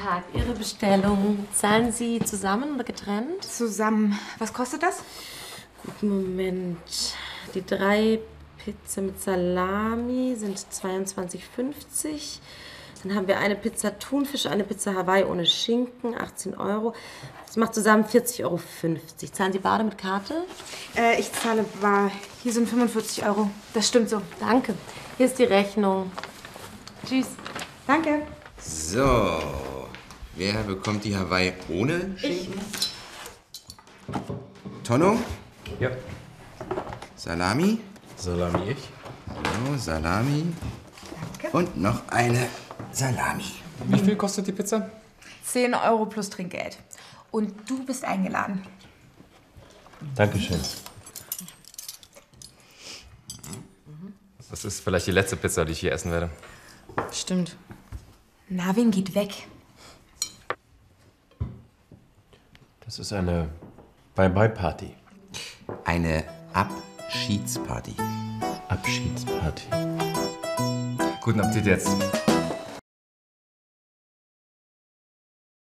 Tag, Ihre Bestellung. Zahlen Sie zusammen oder getrennt? Zusammen. Was kostet das? Guten Moment. Die drei Pizza mit Salami sind 22,50. Dann haben wir eine Pizza Thunfisch, eine Pizza Hawaii ohne Schinken, 18 Euro. Das macht zusammen 40,50 Euro. Zahlen Sie Bade mit Karte? Äh, ich zahle bar. Hier sind 45 Euro. Das stimmt so. Danke. Hier ist die Rechnung. Tschüss. Danke. So, wer bekommt die Hawaii ohne Schinken? Tonno, Ja. Salami, Salami ich. hallo, Salami und noch eine Salami. Wie viel kostet die Pizza? 10 Euro plus Trinkgeld. Und du bist eingeladen. Dankeschön. Das ist vielleicht die letzte Pizza, die ich hier essen werde. Stimmt. Navin geht weg. Das ist eine Bye-Bye-Party. Eine Abschiedsparty. Abschiedsparty. Guten Appetit jetzt.